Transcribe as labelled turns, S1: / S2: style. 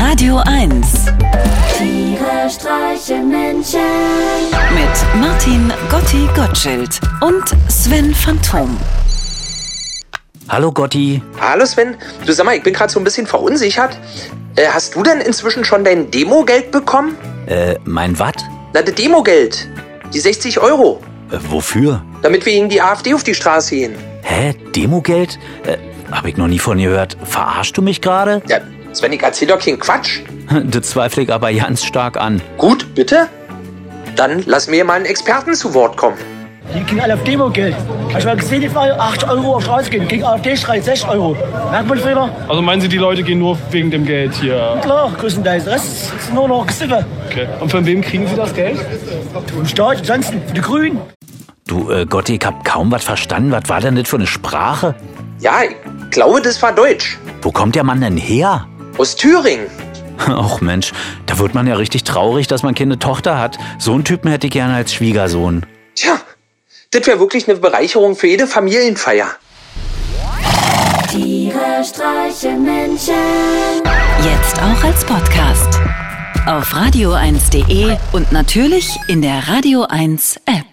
S1: Radio 1
S2: Tiere streichen Menschen.
S1: mit Martin Gotti Gottschild und Sven Phantom.
S3: Hallo Gotti.
S4: Hallo Sven, du sag mal, ich bin gerade so ein bisschen verunsichert. Äh, hast du denn inzwischen schon dein Demogeld bekommen?
S3: Äh, mein Watt?
S4: Na, das Demogeld. Die 60 Euro.
S3: Äh, wofür?
S4: Damit wir gegen die AfD auf die Straße gehen.
S3: Hä? Demogeld? Äh, hab ich noch nie von gehört. Verarschst du mich gerade?
S4: Ja, Sven, ich erzähl doch keinen Quatsch.
S3: Das zweifle ich aber ganz stark an.
S4: Gut, bitte? Dann lass mir mal einen Experten zu Wort kommen.
S5: Die kriegen alle auf Demo-Geld. Also man gesehen, die 8 Euro auf Straße gehen, gegen AfD-Streit 6 Euro. Merkt man früher?
S6: Also meinen Sie, die Leute gehen nur wegen dem Geld hier?
S5: Klar, größtenteils. Der Rest ist nur noch Gesiffe.
S6: Okay. Und von wem kriegen Sie das Geld?
S5: Vom Staat, ansonsten für die Grünen.
S3: Du, äh, Gotti, ich hab kaum was verstanden. Was war denn das für eine Sprache?
S4: Ja, ich glaube, das war Deutsch.
S3: Wo kommt der Mann denn her?
S4: Aus Thüringen.
S3: Och Mensch, da wird man ja richtig traurig, dass man keine Tochter hat. So einen Typen hätte ich gerne als Schwiegersohn.
S4: Tja, das wäre wirklich eine Bereicherung für jede Familienfeier.
S2: Tiere streichen Menschen.
S1: Jetzt auch als Podcast. Auf radio1.de und natürlich in der Radio 1 App.